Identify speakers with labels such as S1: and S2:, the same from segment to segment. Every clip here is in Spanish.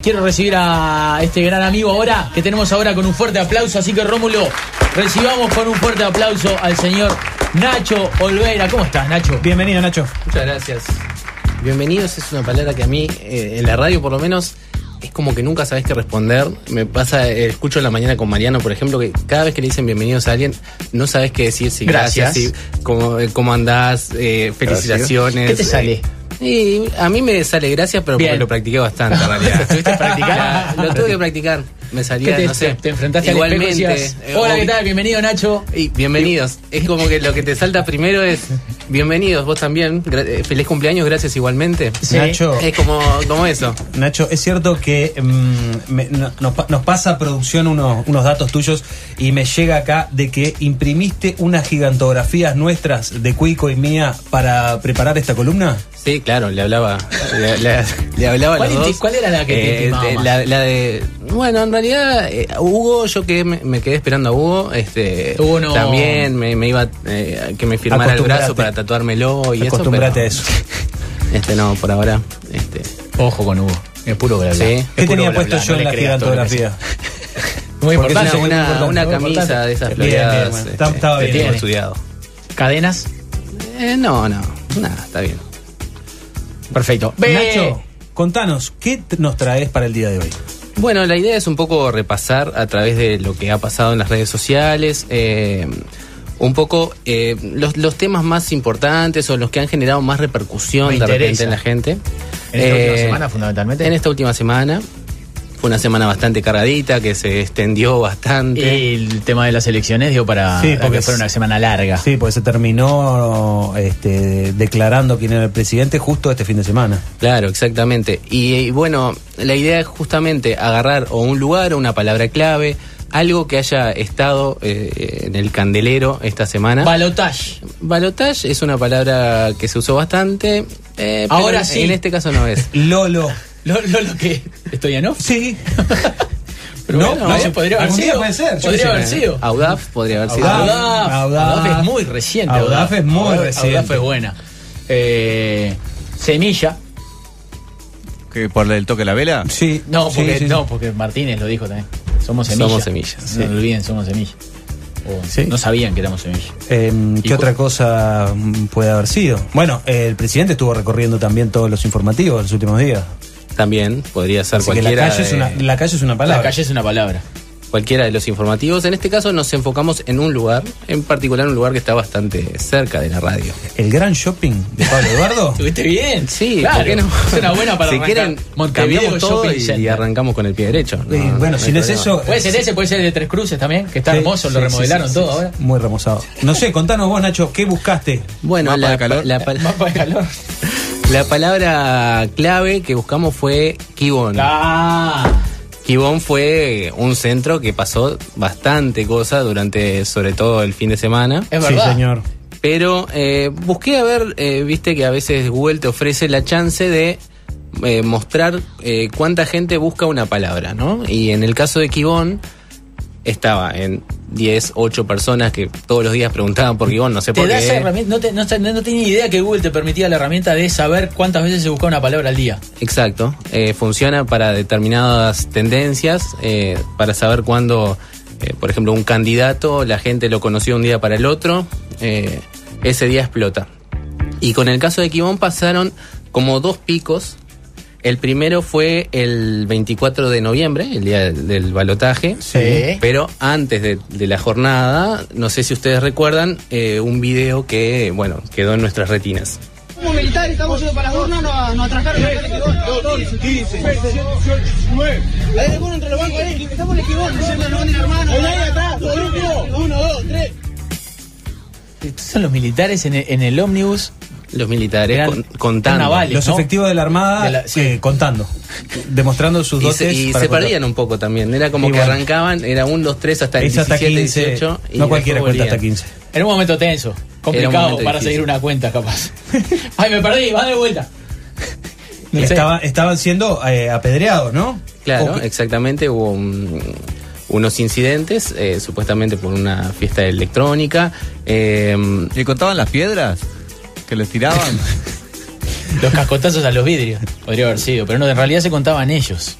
S1: quiero recibir a este gran amigo ahora, que tenemos ahora con un fuerte aplauso. Así que Rómulo, recibamos con un fuerte aplauso al señor Nacho Olveira. ¿Cómo estás, Nacho?
S2: Bienvenido, Nacho.
S3: Muchas gracias. Bienvenidos es una palabra que a mí, eh, en la radio por lo menos, es como que nunca sabes qué responder. Me pasa, eh, escucho en la mañana con Mariano, por ejemplo, que cada vez que le dicen bienvenidos a alguien, no sabes qué decir, si gracias,
S1: Gracias.
S3: si- cómo, eh, cómo andás, eh, felicitaciones.
S1: ¿Qué te sale?
S3: eh, y a mí me sale gracias, pero
S1: Bien.
S3: porque lo practiqué bastante en realidad.
S1: ¿Estuviste
S3: Ya,
S1: practicando?
S3: lo tuve que practicar. Me
S1: ¿Qué
S3: salía,
S1: te,
S3: no sé.
S1: te enfrentaste al espejo y
S3: Igualmente.
S1: decías,
S3: eh,
S1: Hola, ¿qué
S3: obvio.
S1: tal? Bienvenido, Nacho.
S3: Y bienvenidos. Es como que lo que te salta primero es bienvenidos, vos también. Gra- eh, feliz cumpleaños, gracias igualmente.
S1: Sí. Eh.
S2: Nacho.
S3: Es como, como eso.
S2: Nacho, es cierto que mm, me- no- nos, pa- nos pasa a producción unos, unos datos tuyos y me llega acá de que imprimiste unas gigantografías nuestras de Cuico y mía para preparar esta columna.
S3: Sí, claro, le hablaba. Le, le- le hablaba a los
S1: ¿Cuál te-
S3: dos. Eh,
S1: cuál era la que te timaba
S3: de-
S1: más?
S3: la, la de. Bueno, en realidad, eh, a Hugo, yo que me, me quedé esperando a Hugo. Este,
S1: Hugo no-
S3: También me, me iba eh, a que me firmara el
S2: Acostumbrate.
S3: brazo para tatuármelo y
S2: Acostumbrate
S3: eso.
S2: a eso.
S3: pero- Este no, por ahora. Este,
S1: Ojo con Hugo. Es puro bla, bla.
S3: Sí.
S1: Es
S2: ¿Qué
S1: puro
S2: tenía
S1: bla,
S2: puesto
S1: bla,
S2: yo
S1: no
S2: en
S1: le
S2: la
S1: creas todo lo que
S2: gigantografía?
S1: sea. Muy
S2: Porque
S1: importante.
S2: eso es muy
S3: una, una,
S2: importante,
S3: una
S2: muy
S3: camisa
S2: importante.
S3: de esas
S2: Bien, bien,
S3: floreadas.
S2: bueno. Está- estaba
S3: que
S2: bien.
S3: tengo
S1: este, Tiene.
S3: estudiado.
S1: Cadenas.
S3: Eh, no, no, nada, está bien.
S1: Perfecto. Ve.
S2: Nacho, contanos, ¿qué t- nos traes para el día de hoy?
S3: Bueno, la idea es un poco repasar a través de lo que ha pasado en las redes sociales, eh, un poco eh, los, los temas más importantes o los que han generado más repercusión
S1: Me
S3: de repente
S1: interesa.
S3: en la gente.
S1: En esta última
S3: Eh,
S1: semana, fundamentalmente.
S3: En esta última semana. Fue una semana bastante cargadita, que se extendió bastante.
S1: El tema de las elecciones dio para
S2: Sí, porque
S1: que fuera
S2: es-
S1: una semana larga.
S2: Sí, porque se terminó este, declarando quién era el presidente justo este fin de semana.
S3: Claro, exactamente. Y, y bueno, la idea es justamente agarrar o un lugar o una palabra clave, algo que haya estado eh, en el candelero esta semana.
S1: Balotage.
S3: Balotage es una palabra que se usó bastante. eh, pero
S1: Ahora
S3: en-
S1: sí.
S3: En este caso no es.
S2: Lolo.
S1: Lo, lo, lo que. ¿Estoy ya no?
S2: Sí.
S1: Pero
S2: No,
S1: bueno, ¿eh?
S2: no,
S1: eso podría haber
S2: algún día
S1: sido.
S2: puede ser, yo
S1: Podría
S2: qué sé.
S1: haber sido.
S3: Audaf podría haber sido.
S2: Audaz.
S1: Audaz.
S2: Audaz.
S1: Audaz es muy reciente.
S2: Audaz es muy
S1: Audaz-
S2: reciente.
S1: Audaz es buena. Eh, semilla.
S4: ¿Que ¿Por el toque de la vela?
S2: Sí.
S1: No,
S2: sí,
S1: porque,
S2: sí, sí.
S1: no, porque Martínez lo dijo también. Somos semillas.
S3: Somos semillas,
S1: No
S3: sí.
S1: lo olviden, somos semillas. O
S2: Sí.
S1: No sabían que éramos semillas.
S2: Em,
S1: ¿Y
S2: ¿Qué otra cosa mm, puede haber sido? Bueno, eh, el presidente estuvo recorriendo también todos los informativos los últimos días.
S3: También podría ser
S2: Así que la
S3: cualquiera.
S2: calle, es
S3: de-
S2: una, la calle es una
S1: La
S2: palabra.
S1: calle es una palabra.
S3: cualquiera de los informativos. En este caso nos enfocamos en un lugar, en particular un lugar que está bastante cerca de la radio.
S2: El gran shopping de Pablo Eduardo.
S1: ¿Estuviste bien?
S3: Sí,
S1: claro.
S3: ¿por qué no?
S1: Es una buena para
S3: Si
S1: arrancar.
S3: quieren,
S1: Montevideo
S3: cambiamos todo
S1: Shopping
S3: y,
S1: Center.
S3: y arrancamos con el pie derecho. No,
S2: Eh,
S3: no, no
S2: bueno,
S3: hay
S2: si no es
S3: problema.
S2: eso.
S1: Puede ser ese, puede ser el de Tres Cruces también, que está
S2: Sí,
S1: hermoso, lo
S2: sí, sí,
S1: remodelaron
S2: sí,
S1: todo
S2: sí,
S1: ahora.
S2: sí. Muy remozado. No sé, contanos vos, Nacho, ¿qué buscaste?
S3: Bueno,
S4: Mapa
S3: la,
S4: de calor.
S3: la pal-
S1: Mapa de calor.
S3: la palabra clave que buscamos fue Kibon.
S1: Ah,
S3: Kibon fue un centro que pasó bastante cosa durante, sobre todo el fin de semana.
S1: es
S2: sí,
S1: verdad.
S2: señor.
S3: Pero eh, busqué a ver, eh, viste que a veces Google te ofrece la chance de eh, mostrar eh, cuánta gente busca una palabra, ¿no? Y en el caso de Kibón, estaba en 10, 8 personas que todos los días preguntaban por Kibón, no sé
S1: Te
S3: por
S1: da esa
S3: qué.
S1: herramienta, no, te, no, te- no tenía ni idea que Google te permitía la herramienta de saber cuántas veces se busca una palabra al día.
S3: Exacto, eh, funciona para determinadas tendencias, eh, para saber cuándo, eh, por ejemplo, un candidato, la gente lo conoció un día para el otro, eh, ese día explota. Y con el caso de Kibón pasaron como dos picos. El primero fue el 24 de noviembre, el día del, del balotaje.
S1: Sí.
S3: Pero antes de, de la jornada, no sé si ustedes recuerdan, eh, un video que, bueno, quedó en nuestras retinas.
S5: Como militares estamos yendo para las urnas, nos, nos atracaron acá en el Quibón. 14, 15, 17, 18, 19. Ahí alguno entre los bancos, ahí, estamos en el Quibón, diciendo no, hermano. Ahí, ahí atrás, todo grupo. Uno, dos, tres.
S1: Estos son los militares en el, en el ómnibus.
S3: Los militares
S1: Eran-
S3: con- contando.
S1: eran navales.
S2: Los
S1: ¿no?
S2: efectivos de la Armada
S1: De la- sí.
S2: eh, contando, demostrando sus
S3: Y
S2: dotes.
S3: se, y
S2: para
S3: se
S2: contar.
S3: perdían un poco también. Era como
S2: Y
S3: que
S2: bueno.
S3: arrancaban, era 1, 2, 3 hasta el
S2: Es
S3: 17,
S2: hasta 15.
S3: 18. y
S2: no cualquiera
S3: después
S2: cuenta hasta
S3: volvían.
S2: 15.
S1: Era un momento tenso,
S3: Era un
S1: complicado
S3: momento
S1: para
S3: difícil.
S1: seguir una cuenta, capaz. Ay, me perdí, va de vuelta. No sé.
S2: Estaba- estaban siendo eh, apedreados, ¿no?
S3: Claro,
S2: O-
S3: exactamente. Hubo un- unos incidentes, eh, supuestamente por una fiesta electrónica. eh,
S4: ¿Y contaban las piedras? ¿Que les tiraban?
S1: Los cascotazos a los vidrios, podría haber sido, pero no, en realidad se contaban ellos.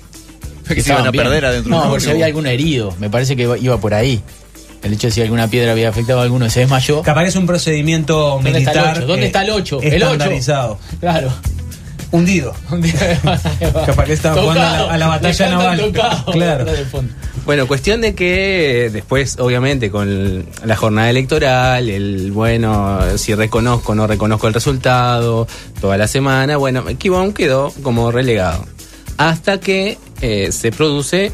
S4: que se iban a
S1: estaban bien.
S4: perder adentro.
S1: No,
S4: del
S1: porque si
S4: ómnibus.
S1: había algún herido. Me parece que iba- iba por ahí. El hecho de si alguna piedra había afectado a alguno se desmayó.
S2: Capaz que es un procedimiento
S1: ¿Dónde
S2: militar.
S1: está el 8? ¿Dónde
S2: eh,
S1: está el 8? El 8.
S2: Estandarizado.
S1: Claro.
S2: Hundido. Capaz que estaban jugando a la- a la batalla naval. Claro.
S1: claro.
S3: Bueno, cuestión de que eh, después, obviamente, con el- la jornada electoral, el bueno, si reconozco o no reconozco el resultado, toda la semana, bueno, Kibon quedó como relegado. Hasta que eh, se produce,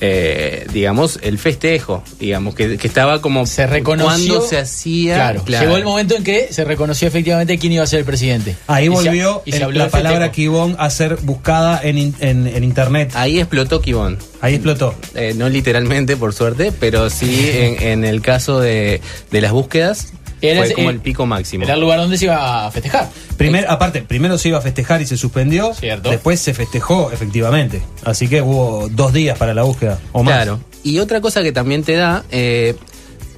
S3: eh, digamos, el festejo, digamos, que, que estaba como.
S1: Se reconoció.
S3: Cuando se hacía.
S1: Claro, Llegó el momento en que se reconoció efectivamente quién iba a ser el presidente. Y
S2: Ahí
S1: se-
S2: volvió
S1: y se
S2: el-
S1: habló
S2: la
S1: del
S2: palabra
S1: festejo.
S2: Kibón a ser buscada en, in- en- en
S1: Ah.
S2: internet.
S3: Ahí explotó Kibon.
S2: Ahí explotó.
S3: Eh, no literalmente, por suerte, pero sí en, en el caso de, de las búsquedas.
S1: Era
S3: fue
S1: ese-
S3: como
S1: eh,
S3: el pico máximo.
S1: Era el lugar donde se iba a festejar.
S2: Primer, aparte, primero se iba a festejar y se suspendió.
S1: Cierto.
S2: Después se festejó, efectivamente. Así que hubo dos días para la búsqueda o más.
S3: Claro. Y otra cosa que también te da eh,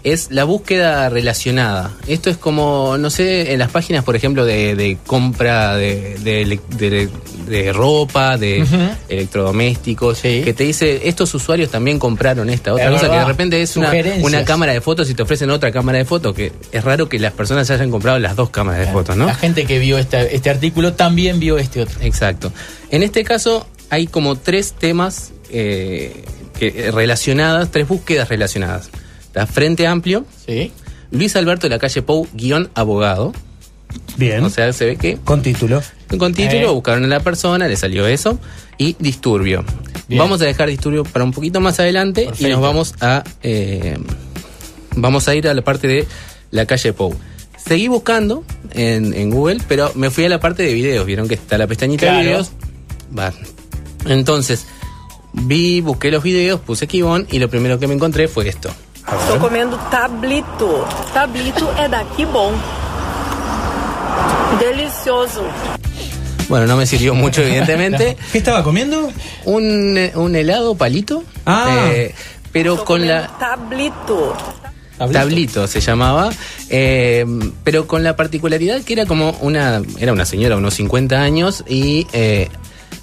S3: es la búsqueda relacionada. Esto es como, no sé, en las páginas, por ejemplo, de, de compra de, de ele- de- de ropa, de electrodomésticos,
S1: Sí.
S3: que te dice, estos usuarios también compraron esta. Otra
S1: Es
S3: cosa que de
S1: verdad.
S3: repente es una,
S1: Sugerencias.
S3: una cámara de fotos y te ofrecen otra cámara de fotos, que es raro que las personas hayan comprado las dos cámaras de fotos, ¿no?
S1: La gente que vio esta- este artículo también vio este otro.
S3: Exacto. En este caso hay como tres temas eh, que- eh, relacionadas, tres búsquedas relacionadas. La Frente Amplio,
S1: Sí.
S3: Luis Alberto de la calle Pou, guión abogado.
S2: Bien.
S3: O sea, se ve que
S2: con título.
S3: con título
S1: Eh.
S3: buscaron a la persona, le salió eso. Y Disturbio.
S1: Bien.
S3: Vamos a dejar Disturbio para un poquito más adelante y
S1: Perfecto.
S3: nos vamos a... eh, vamos a ir a la parte de la calle Pou. Seguí buscando en, en Google, pero me fui a la parte de videos. Vieron que está la pestañita de
S1: Claro.
S3: videos. Va. Entonces, vi, busqué los videos, puse Kibon y lo primero que me encontré fue esto.
S6: Estou comendo tablito. Tablito é daqui bom. Delicioso.
S3: Bueno, no me sirvió mucho, evidentemente.
S2: ¿Qué estaba comiendo?
S3: Un, eh, un helado palito.
S2: Ah.
S3: eh, pero
S6: Estou
S3: con
S6: comendo
S3: la...
S6: tablito.
S3: Tablito. se llamaba, eh, pero con la particularidad que era como una, era una señora, unos 50 años, y eh,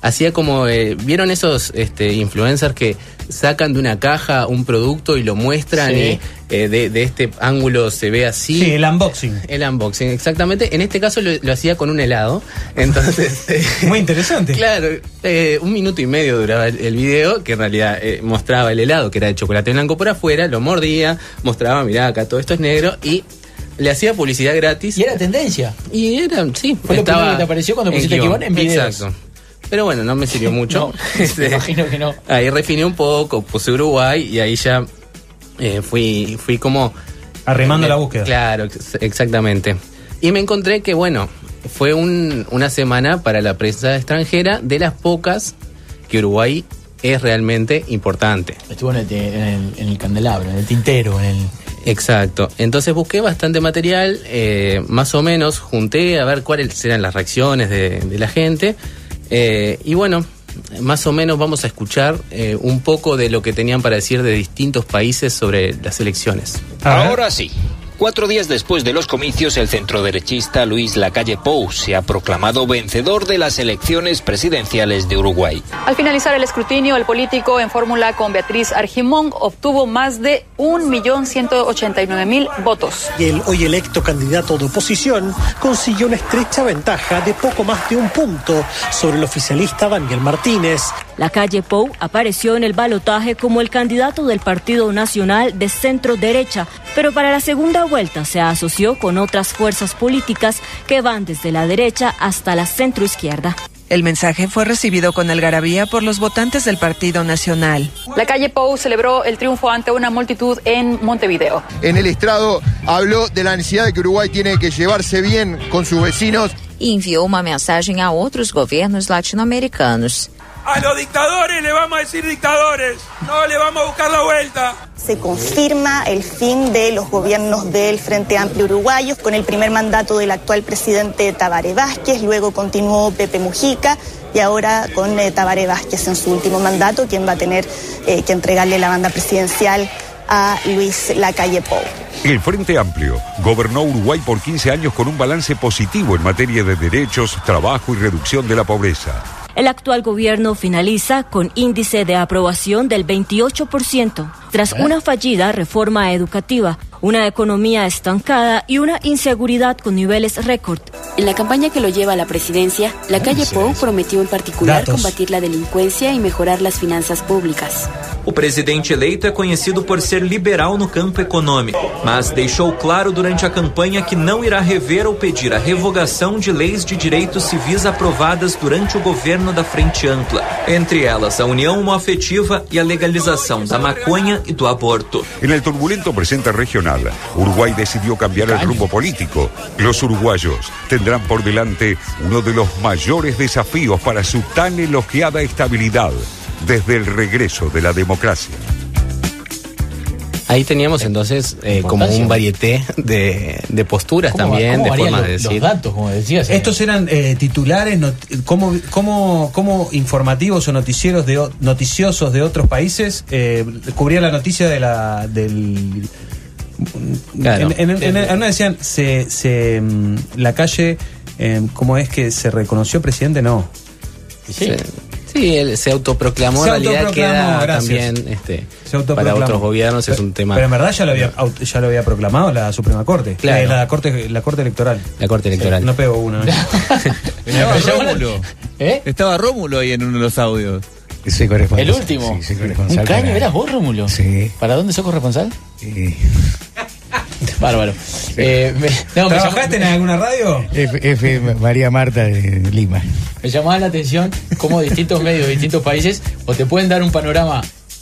S3: hacía como, eh, ¿vieron esos este, influencers que sacan de una caja un producto y lo muestran
S1: Sí.
S3: y eh, de, de este ángulo se ve así?
S2: Sí, el unboxing.
S3: El unboxing, exactamente. En este caso lo, lo hacía con un helado, entonces... eh,
S2: Muy interesante.
S3: Claro, eh, un minuto y medio duraba el, el video, que en realidad eh, mostraba el helado, que era de chocolate blanco por afuera, lo mordía, mostraba, mirá, acá todo esto es negro, y le hacía publicidad gratis.
S1: Y era tendencia.
S3: Y era, sí,
S1: Fue lo primero que te apareció cuando pusiste
S3: guión.
S1: guión en videos.
S3: Exacto. Pero bueno, no me sirvió mucho.
S1: No,
S3: Este,
S1: me imagino que no.
S3: Ahí refiné un poco, puse Uruguay y ahí ya eh, fui, fui como
S2: Arrimando
S3: eh,
S2: la búsqueda.
S3: Claro, ex- exactamente. Y me encontré que, bueno, fue un- una semana para la prensa extranjera de las pocas que Uruguay es realmente importante.
S1: Estuvo en el, te- en el- en el candelabro, en el tintero, en el.
S3: Exacto. Entonces busqué bastante material, eh, más o menos, junté a ver cuáles eran las reacciones de, de la gente. eh, y bueno, más o menos vamos a escuchar eh, un poco de lo que tenían para decir de distintos países sobre las elecciones.
S2: A ver.
S7: Ahora sí. Cuatro días después de los comicios, el centroderechista Luis Lacalle Pou se ha proclamado vencedor de las elecciones presidenciales de Uruguay.
S8: Al finalizar el escrutinio, el político en fórmula con Beatriz Argimón obtuvo más de 1.189.000 votos.
S9: Y el hoy electo candidato de oposición consiguió una estrecha ventaja de poco más de un punto sobre el oficialista Daniel Martínez.
S10: La calle Pou apareció en el balotaje como el candidato del Partido Nacional de Centro Derecha, pero para la segunda vuelta se asoció con otras fuerzas políticas que van desde la derecha hasta la centro izquierda.
S11: El mensaje fue recibido con algarabía por los votantes del Partido Nacional.
S8: La calle Pou celebró el triunfo ante una multitud en Montevideo.
S12: en el estrado habló de la necesidad de que Uruguay tiene que llevarse bien con sus vecinos.
S11: Y envió una mensaje a otros gobiernos latinoamericanos.
S5: A los dictadores le vamos a decir dictadores, no le vamos a buscar la vuelta.
S10: Se confirma el fin de los gobiernos del Frente Amplio Uruguayo con el primer mandato del actual presidente Tabaré Vázquez, luego continuó Pepe Mujica y ahora con eh, Tabaré Vázquez en su último mandato, quien va a tener eh, que entregarle la banda presidencial a Luis Lacalle Pou.
S12: El Frente Amplio gobernó Uruguay por 15 años con un balance positivo en materia de derechos, trabajo y reducción de la pobreza.
S13: El actual gobierno finaliza con índice de aprobación del 28%, tras una fallida reforma educativa, una economía estancada y una inseguridad con niveles récord.
S14: En la campaña que lo lleva a la presidencia, la calle Pou prometió en particular
S15: Datos.
S14: combatir la delincuencia y mejorar las finanzas públicas.
S15: O presidente eleito é conhecido por ser liberal no campo econômico, mas deixou claro durante a campanha que não irá rever ou pedir a revogação de leis de direitos civis aprovadas durante o governo da Frente Ampla, entre elas a união homoafetiva e a legalização da maconha e do aborto.
S16: En el turbulento presente regional, Uruguay decidió cambiar el rumbo político. Los uruguayos tendrán por delante uno de los mayores desafíos para su tan elogiada estabilidad desde el regreso de la democracia.
S3: Ahí teníamos entonces eh, como un varieté de, de posturas
S1: ¿Cómo va-
S3: también,
S1: cómo
S3: de
S1: varían
S3: formas de
S1: los-
S3: decir.
S1: los datos, como decías?
S2: Estos eran eh, titulares, not- como, como, como informativos o noticieros de, o- noticiosos de otros países. eh, cubría la noticia de la, del.
S3: Claro.
S2: En, en- en- en una decían, se, se, mm, la calle, eh, ¿cómo es que se reconoció presidente? No.
S3: Se- sí, él se autoproclamó,
S2: Se
S3: en realidad
S2: autoproclamó,
S3: queda
S2: gracias.
S3: también este,
S2: Se autoproclamó.
S3: para otros gobiernos, es un tema.
S2: Pero en verdad ya lo había, aut- ya lo había proclamado la Suprema Corte.
S3: Claro.
S2: Eh, la, corte la Corte Electoral.
S3: La Corte
S2: Electoral. no pego una. ¿eh?
S4: Estaba Rómulo. Estaba Rómulo ahí en uno de los audios.
S1: ¿Eh? El último. Un caño, eras vos, Rómulo. Sí. ¿Para dónde sos corresponsal? Bárbaro. Eh, me- no, me
S2: ¿Trabajaste en
S1: llamó-
S2: alguna radio?
S3: Eh,
S17: F, F María Marta de Lima.
S1: Me llamaba la atención cómo distintos medios, distintos países, o te pueden dar un panorama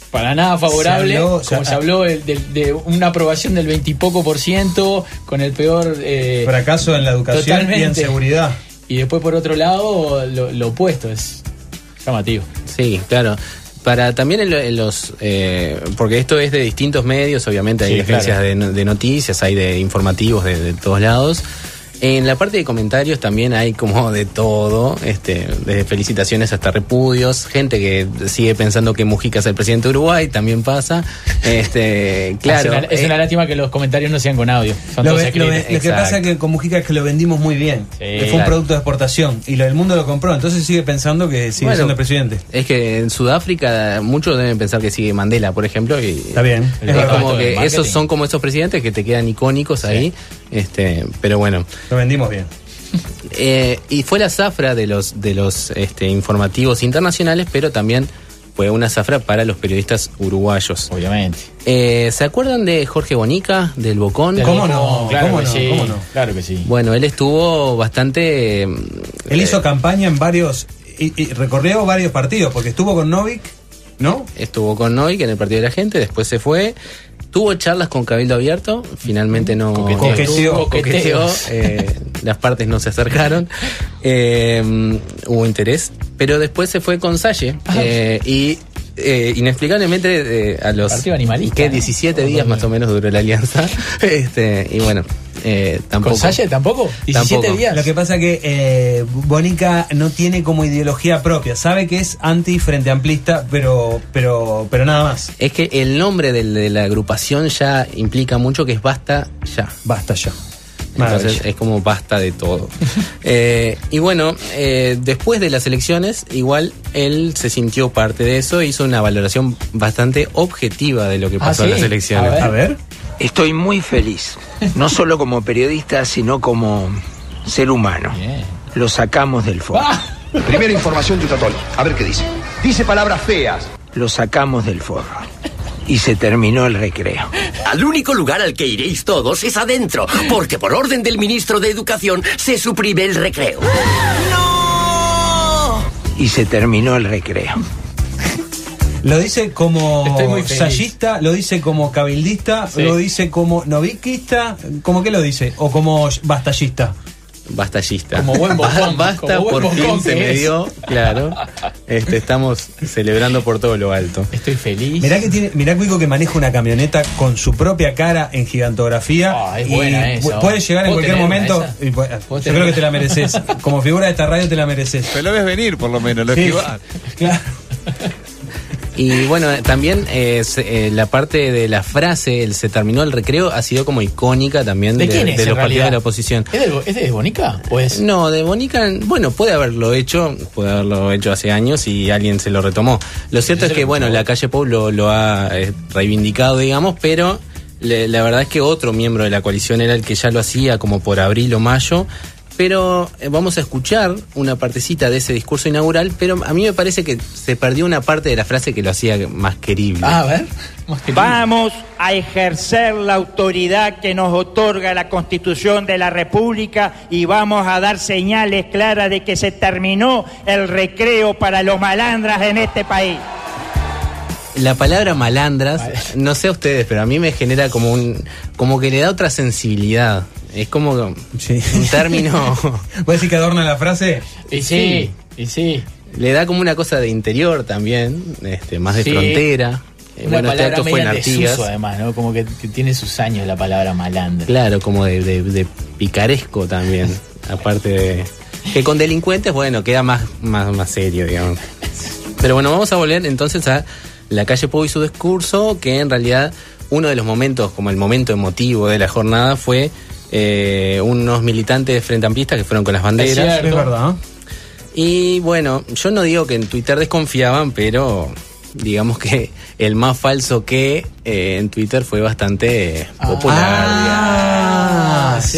S1: para nada favorable,
S2: Se habló,
S1: como
S2: o sea,
S1: se habló el- del- de, una aprobación del veintipoco por ciento, con el peor... eh,
S2: Fracaso en la educación y en
S1: Totalmente.
S2: seguridad.
S1: Y después, por otro lado, lo, lo opuesto, es llamativo.
S3: Sí, claro. Para también en, lo- en los. eh, porque esto es de distintos medios, obviamente hay
S1: Sí,
S3: agencias
S1: claro.
S3: de, no- de noticias, hay de informativos de, de todos lados. En la parte de comentarios también hay como de todo, este, desde felicitaciones hasta repudios, gente que sigue pensando que Mujica es el presidente de Uruguay, también pasa. Este, claro,
S1: Es una, es
S3: eh,
S1: una lástima que los comentarios no sean con audio. Son
S2: Lo,
S1: todos
S2: ve- lo ve-
S1: escritos.
S2: lo que pasa es que con Mujica es que lo vendimos muy bien. que fue un
S3: claro.
S2: producto de exportación. Y lo, el mundo lo compró. Entonces sigue pensando que sigue
S3: Bueno,
S2: siendo presidente.
S3: Es que en Sudáfrica muchos deben pensar que sigue Mandela, por ejemplo. Y Está
S2: bien. Es verdad.
S3: como que
S2: Marketing.
S3: esos son como esos presidentes que te quedan icónicos ahí. Este, pero bueno.
S2: Lo vendimos bien.
S3: Eh, y fue la zafra de los, de los este, informativos internacionales, pero también fue una zafra para los periodistas uruguayos. Eh,
S1: Obviamente.
S3: ¿Se acuerdan de Jorge Bonica, del Bocón?
S2: ¿Cómo no?
S3: Claro
S2: ¿Cómo
S3: que
S2: no?
S3: sí.
S2: ¿Cómo no?
S1: Claro que sí.
S3: Bueno, él estuvo bastante.
S2: Él hizo campaña en varios. Y, y recorrió varios partidos. Porque estuvo con Novik. ¿No?
S3: Estuvo con Noy, que en el Partido de la Gente, después se fue. Tuvo charlas con Cabildo Abierto, finalmente no
S2: Coqueteó.
S3: estuvo, coqueteó, eh, las partes no se acercaron, eh, hubo interés, pero después se fue con Salle
S1: Ah.
S3: eh, y eh, inexplicablemente eh, a los
S1: Partido animalista,
S3: ¿qué?
S1: ¿no?
S3: 17 días más o menos duró la alianza, este, y bueno, eh, tampoco.
S1: ¿Con Salle tampoco? 17
S3: Tampoco.
S1: días.
S2: Lo que pasa que eh, Bonica no tiene como ideología propia. Sabe que es anti frente amplista, pero, pero, pero nada más.
S3: Es que el nombre del- de la agrupación ya implica mucho que es Basta Ya.
S2: Basta Ya.
S3: Entonces
S2: Maravilla.
S3: es como basta de todo. Eh, y bueno, eh, después de las elecciones, igual él se sintió parte de eso, hizo una valoración bastante objetiva de lo que
S18: Ah,
S3: pasó en
S18: ¿sí?
S3: las elecciones.
S18: A ver. Estoy muy feliz, no solo como periodista, sino como ser humano. Lo sacamos del foco.
S2: Ah.
S19: Primera información de Utatol. A ver qué dice. Dice palabras feas.
S18: Lo sacamos del forro. Y se terminó el recreo.
S20: Al único lugar al que iréis todos es adentro, porque por orden del ministro de Educación se suprime el recreo.
S18: Y se terminó el recreo.
S2: Lo dice
S18: Estoy
S2: como
S18: muy feliz.
S2: sayista, lo dice como cabildista,
S3: Sí.
S2: lo dice como noviquista, ¿cómo que lo dice? O como bastallista.
S3: Bastallista.
S2: Como buen bocón,
S3: Basta,
S2: como buen
S3: por fin
S2: bocón
S3: se
S2: que
S3: me
S2: es.
S3: dio. Claro. Este, estamos celebrando por todo lo alto.
S1: Estoy feliz.
S2: Mirá que tiene, mirá Cuico que maneja una camioneta con su propia cara en gigantografía.
S1: Ah, es buena esa,
S2: Puede llegar en
S1: ¿Vos tenés
S2: cualquier
S1: una
S2: momento.
S1: esa?
S2: y pu-
S1: ¿Vos tenés
S2: yo creo que
S1: una?
S2: te la mereces. Como figura de esta radio te la mereces.
S4: Pero lo ves venir, por lo menos, lo
S2: Sí.
S4: esquivás.
S2: Claro.
S3: Y bueno, también eh, se- eh, la parte de la frase, el se terminó el recreo, ha sido como icónica también
S1: ¿De quién es, en
S3: los partidos
S1: realidad?
S3: de la oposición.
S1: ¿Es de, es de Bonica? ¿O es?
S3: No, de Bonica, bueno, puede haberlo hecho, puede haberlo hecho hace años y alguien se lo retomó. Lo cierto es que, bueno, la calle Pou lo, lo ha eh, reivindicado, digamos, pero le- la verdad es que otro miembro de la coalición era el que ya lo hacía como por abril o mayo. Pero eh, vamos a escuchar una partecita de ese discurso inaugural, pero a mí me parece que se perdió una parte de la frase que lo hacía más querible.
S1: Ah, a ver.
S21: Vamos a ejercer la autoridad que nos otorga la Constitución de la República y vamos a dar señales claras de que se terminó el recreo para los malandras en este país.
S3: La palabra malandras, no sé a ustedes, pero a mí me genera como un. como que le da otra sensibilidad. Es como un término.
S2: ¿Voy a decir que adorna la frase?
S1: Y sí, y sí.
S3: Le da como una cosa de interior también, este, más de
S1: Sí.
S3: frontera. Eh,
S1: Una
S3: bueno, este
S1: palabra
S3: acto fue en
S1: media
S3: Artigas.
S1: desuso, además, ¿no? Como que, que tiene sus años la palabra malandra.
S2: ¿Eh?
S3: Claro, como de, de- de picaresco también. aparte de. Que con delincuentes, bueno, queda más, más, más serio, digamos. Pero bueno, vamos a volver entonces a la calle Pou y su discurso, que en realidad uno de los momentos, como el momento emotivo de la jornada, fue eh, unos militantes de Frente Amplista que fueron con las banderas.
S2: Es verdad.
S3: Y bueno, yo no digo que en Twitter desconfiaban, pero digamos que el más falso que eh, en Twitter fue bastante eh, popular.
S2: Ah,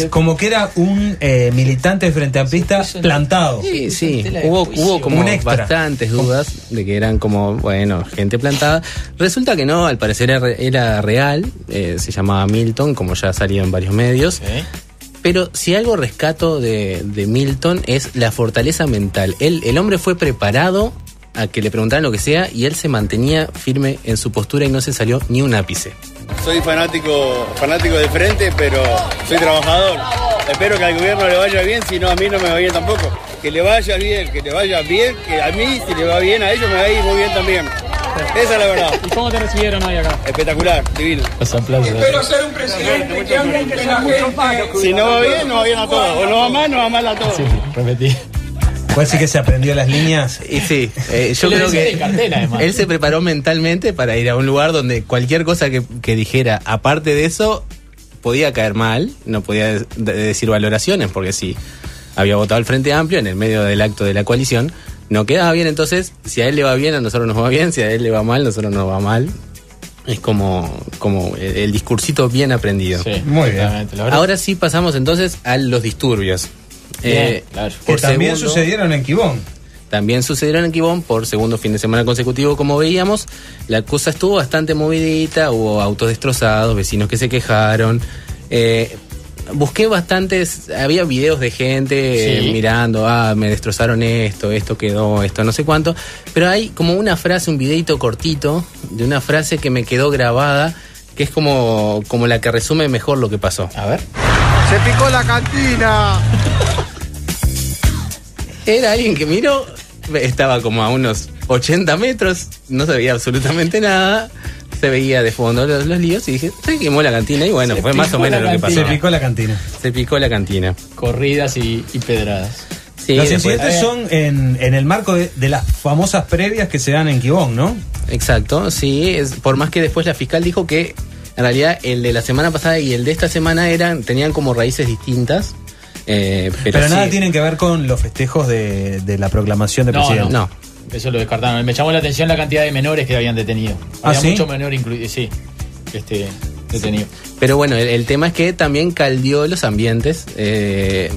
S2: como que era un eh, militante frente amplista plantado.
S3: Sí, sí. Hubo, hubo como
S2: un extra.
S3: bastantes dudas de que eran como, bueno, gente plantada. Resulta que no, al parecer era, re- era real. eh, se llamaba Milton, como ya ha salido en varios medios.
S1: ¿Eh?
S3: Pero si algo rescato de, de Milton es la fortaleza mental. Él, el hombre fue preparado a que le preguntaran lo que sea y él se mantenía firme en su postura y no se salió ni un ápice.
S22: Soy fanático, fanático de frente, pero soy trabajador. Espero que al gobierno le vaya bien, si no a mí no me va bien tampoco. Que le vaya bien, que le vaya bien, que a mí si le va bien a ellos me va a ir muy bien también. Esa es la verdad. ¿Y cómo te recibieron hoy acá? Espectacular, divino.
S1: Los aplausos.
S22: ser un presidente que hable entre la gente. Si no va bien, no va bien a todos. O no va mal, no va mal a todos.
S1: Repetí.
S2: Puede ser que se aprendió las líneas.
S3: Y sí, eh, yo
S2: Lo
S3: creo
S2: decía
S3: que
S2: de cartera, además.
S3: él se preparó mentalmente para ir a un lugar donde cualquier cosa que, que dijera, aparte de eso, podía caer mal, no podía de- de- decir valoraciones, porque si había votado al Frente Amplio en el medio del acto de la coalición, no quedaba bien, entonces, si a él le va bien, a nosotros nos va bien, si a él le va mal, a nosotros nos va mal. Es como, como el, el discursito bien aprendido.
S2: Muy bien.
S3: Ahora sí pasamos entonces a los disturbios. Eh,
S2: Bien, Que también sucedieron en Quibón.
S3: También sucedieron en Quibón por segundo fin de semana consecutivo, como veíamos. La cosa estuvo bastante movidita, hubo autos destrozados, vecinos que se quejaron. Eh, busqué bastantes, había videos de gente
S1: Sí.
S3: eh, mirando, ah, me destrozaron esto, esto quedó, esto no sé cuánto. Pero hay como una frase, un videito cortito de una frase que me quedó grabada, que es como, como la que resume mejor lo que pasó. A ver.
S5: Se picó la cantina.
S3: Era alguien que miró, estaba como a unos 80 metros, no se veía absolutamente nada, se veía de fondo los, los líos y dije, se quemó la cantina y bueno, fue más o menos lo que pasó.
S2: Se picó la cantina.
S3: Se picó la cantina.
S1: Corridas y, y pedradas.
S3: Sí,
S2: Los
S3: después-
S2: incidentes son en, en el marco de, de las famosas previas que se dan en Quibón, ¿no?
S3: Exacto, sí, es, por más que después la fiscal dijo que en realidad el de la semana pasada y el de esta semana eran tenían como raíces distintas. eh, pero
S2: Pero, nada
S3: sí.
S2: tienen que ver con los festejos de, de la proclamación de
S1: No,
S2: presidente.
S1: no. Eso lo descartaron. Me llamó la atención la cantidad de menores que habían detenido.
S2: ¿Ah,
S1: Había
S2: sí?
S1: mucho menor incluido. Sí, este, detenido.
S3: Pero bueno, el, el tema es que también caldeó los ambientes. eh,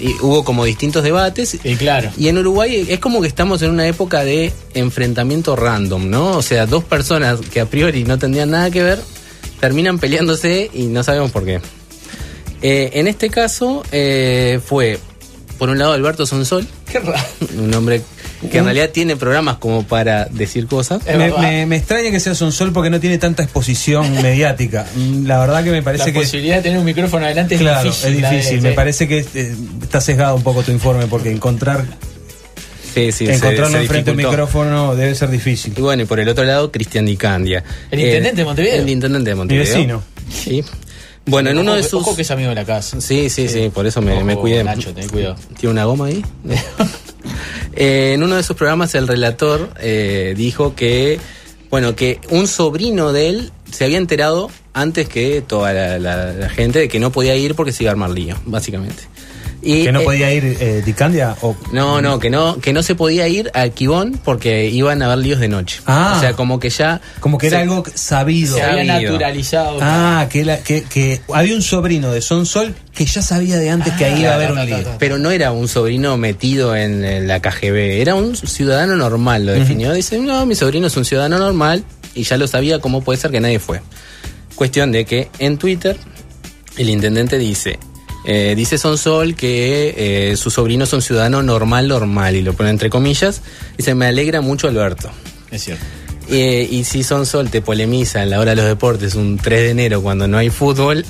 S3: y hubo como distintos debates.
S1: Y claro.
S3: Y en Uruguay es como que estamos en una época de enfrentamiento random, ¿no? O sea, dos personas que a priori no tendrían nada que ver terminan peleándose y no sabemos por qué. Eh, en este caso eh, fue, por un lado, Alberto Sonsol.
S1: Qué raro.
S3: Un hombre que en realidad tiene programas como para decir cosas.
S2: Me, me- me extraña que sea Sonsol porque no tiene tanta exposición mediática. Mm, La verdad que me parece
S1: la
S2: que.
S1: posibilidad de tener un micrófono adelante es
S2: claro,
S1: difícil.
S2: es
S1: la de-
S2: difícil.
S1: sí.
S2: Me parece que eh, está sesgado un poco tu informe porque encontrar
S3: Sí, sí, se-
S2: encontrarlo
S3: se
S2: enfrente de un
S3: dificultó.
S2: micrófono debe ser difícil.
S3: Y bueno, y por el otro lado, Cristian Di Candia.
S1: El intendente de Montevideo.
S3: El intendente de Montevideo.
S2: vecino.
S3: Sí. Bueno, en uno de
S1: Ojo que-
S3: sus.
S1: Ojo que es amigo de la casa.
S3: Sí, sí, sí, por eso me, me
S1: Ojo,
S3: cuidé.
S1: Nacho, ten cuidado.
S3: ¿Tiene una goma ahí? Eh, en uno de sus programas, el relator eh, dijo que Bueno, que un sobrino de él se había enterado antes que toda la, la- la gente de que no podía ir porque se iba a armar lío, básicamente. Y,
S2: que no
S3: eh,
S2: podía ir eh, Dicandia o
S3: No, no, que no, que no se podía ir al Quibón porque iban a haber líos de noche.
S2: Ah.
S3: o sea, como que ya.
S2: como que era
S3: se-
S2: algo sabido.
S3: Se había Sabido. naturalizado.
S2: Ah, que, la- que, que había un sobrino de Sonsol que ya sabía de antes que ahí iba a haber un lío.
S3: Pero no era un sobrino metido en, eh, la KGB, era un ciudadano normal, lo definió. Dice, no, mi sobrino es un ciudadano normal y ya lo sabía, ¿cómo puede ser que nadie fue? Cuestión de que en Twitter el intendente dice, eh, dice Sonsol que eh, su sobrino es un ciudadano normal, normal, y lo pone entre comillas, dice, me alegra mucho Alberto.
S1: Es cierto.
S3: Eh, y si Sonsol te polemiza en la hora de los deportes un 3 de enero cuando no hay fútbol,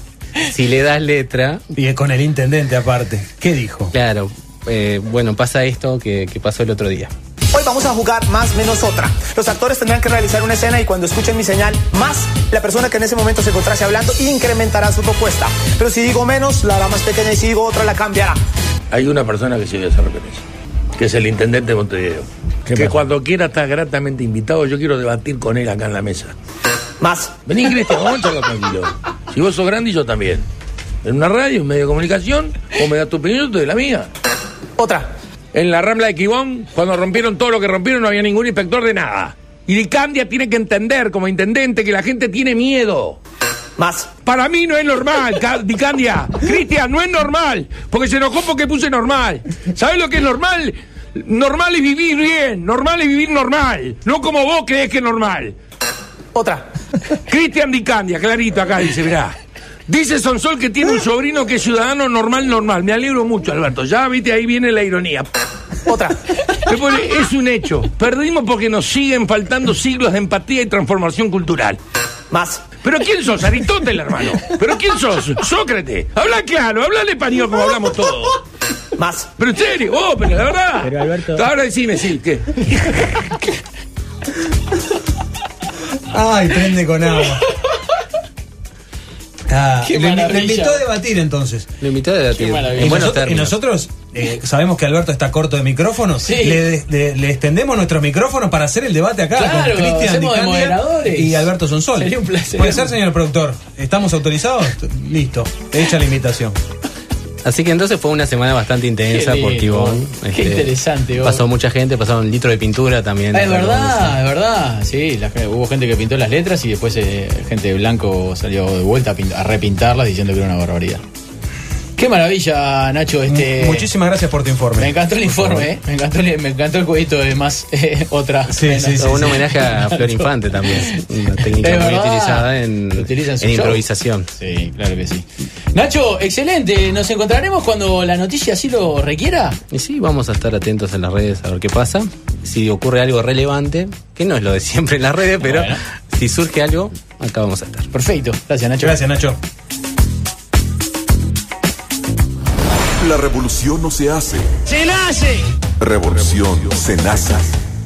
S3: si le das letra,
S2: Y con el intendente aparte. ¿Qué dijo?
S3: Claro, eh, bueno, pasa esto que, que pasó el otro día.
S6: Hoy vamos a jugar más menos otra. Los actores tendrán que realizar una escena y cuando escuchen mi señal más, la persona que en ese momento se encontrase hablando incrementará su propuesta. Pero si digo menos, la hará más pequeña y si digo otra, la cambiará.
S7: Hay una persona que sí voy a hacer referencia, que es el intendente de Montevideo. Que cuando quiera está gratamente invitado, yo quiero debatir con él acá en la mesa.
S6: Más.
S7: Vení, Cristian, vamos a charlar tranquilo. Si vos sos grande y yo también. En una radio, un medio de comunicación, vos me das tu opinión, yo te doy la mía.
S6: Otra.
S7: En la Rambla de Quibón, cuando rompieron todo lo que rompieron, no había ningún inspector de nada. Y Dicandia tiene que entender, como intendente, que la gente tiene miedo.
S6: Más.
S7: Para mí no es normal, Ca- Dicandia. Cristian, no es normal. Porque se enojó porque puse normal. ¿Sabes lo que es normal? Normal es vivir bien. Normal es vivir normal. No como vos crees que es normal.
S6: Otra.
S7: Cristian Dicandia, clarito acá dice, mirá. Dice Sonsol que tiene un sobrino que es ciudadano normal, normal. Me alegro mucho, Alberto. Ya viste, ahí viene la ironía.
S6: Otra.
S7: es un hecho. Perdimos porque nos siguen faltando siglos de empatía y transformación cultural.
S6: Más.
S7: ¿Pero quién sos? Aristóteles, hermano. ¿Pero quién sos? Sócrates. Habla claro, habla en español como hablamos todos.
S6: Más.
S7: Pero en serio, oh, pero la verdad. Pero Alberto. Ahora decime, sí, ¿qué?
S2: Ay, prende con agua. Ah,
S3: Qué
S2: le, le
S3: maravilla.
S2: invitó a debatir entonces.
S3: Lo invité a debatir.
S2: Y,
S3: En buenos
S2: nosotros, y
S3: términos.
S2: nosotros, eh, sabemos que Alberto está corto de micrófonos.
S1: Sí.
S2: Le, le- le extendemos nuestros micrófonos para hacer el debate acá
S1: Claro,
S2: con Cristian
S1: hacemos de
S2: Dicandia
S1: moderadores.
S2: y Alberto Sonsol.
S1: Sería un placer.
S2: Puede ser, señor productor. ¿Estamos autorizados? Listo. Hecha la invitación.
S3: Así que entonces fue una semana bastante intensa
S1: Qué
S3: por
S1: lindo.
S3: Tibón. este,
S1: Qué interesante, vos.
S3: Pasó mucha gente, pasaron litro de pintura también. eh,
S1: Ah, es verdad, es verdad. Sí, la gen- hubo gente que pintó las letras y después eh, gente de blanco salió de vuelta a, pin- a repintarlas diciendo que era una barbaridad. Qué maravilla, Nacho. Este,
S2: Muchísimas gracias por tu informe.
S1: Me encantó el informe, eh. me encantó el, me encantó el jueguito de más eh, otra.
S3: Sí, sí, sí, un homenaje a Flor Infante también. Una técnica
S1: Es
S3: muy
S1: verdad.
S3: utilizada en,
S1: utilizan su
S3: en
S1: show.
S3: improvisación.
S1: Sí, claro que sí. Nacho, excelente. Nos encontraremos cuando la noticia así lo requiera.
S3: Y sí, vamos a estar atentos en las redes a ver qué pasa. Si ocurre algo relevante, que no es lo de siempre en las redes, pero si surge algo, acá vamos a estar.
S1: Perfecto. Gracias, Nacho.
S2: Gracias, Nacho.
S23: La revolución no se hace,
S5: ¡Se nace!
S23: revolución se nace.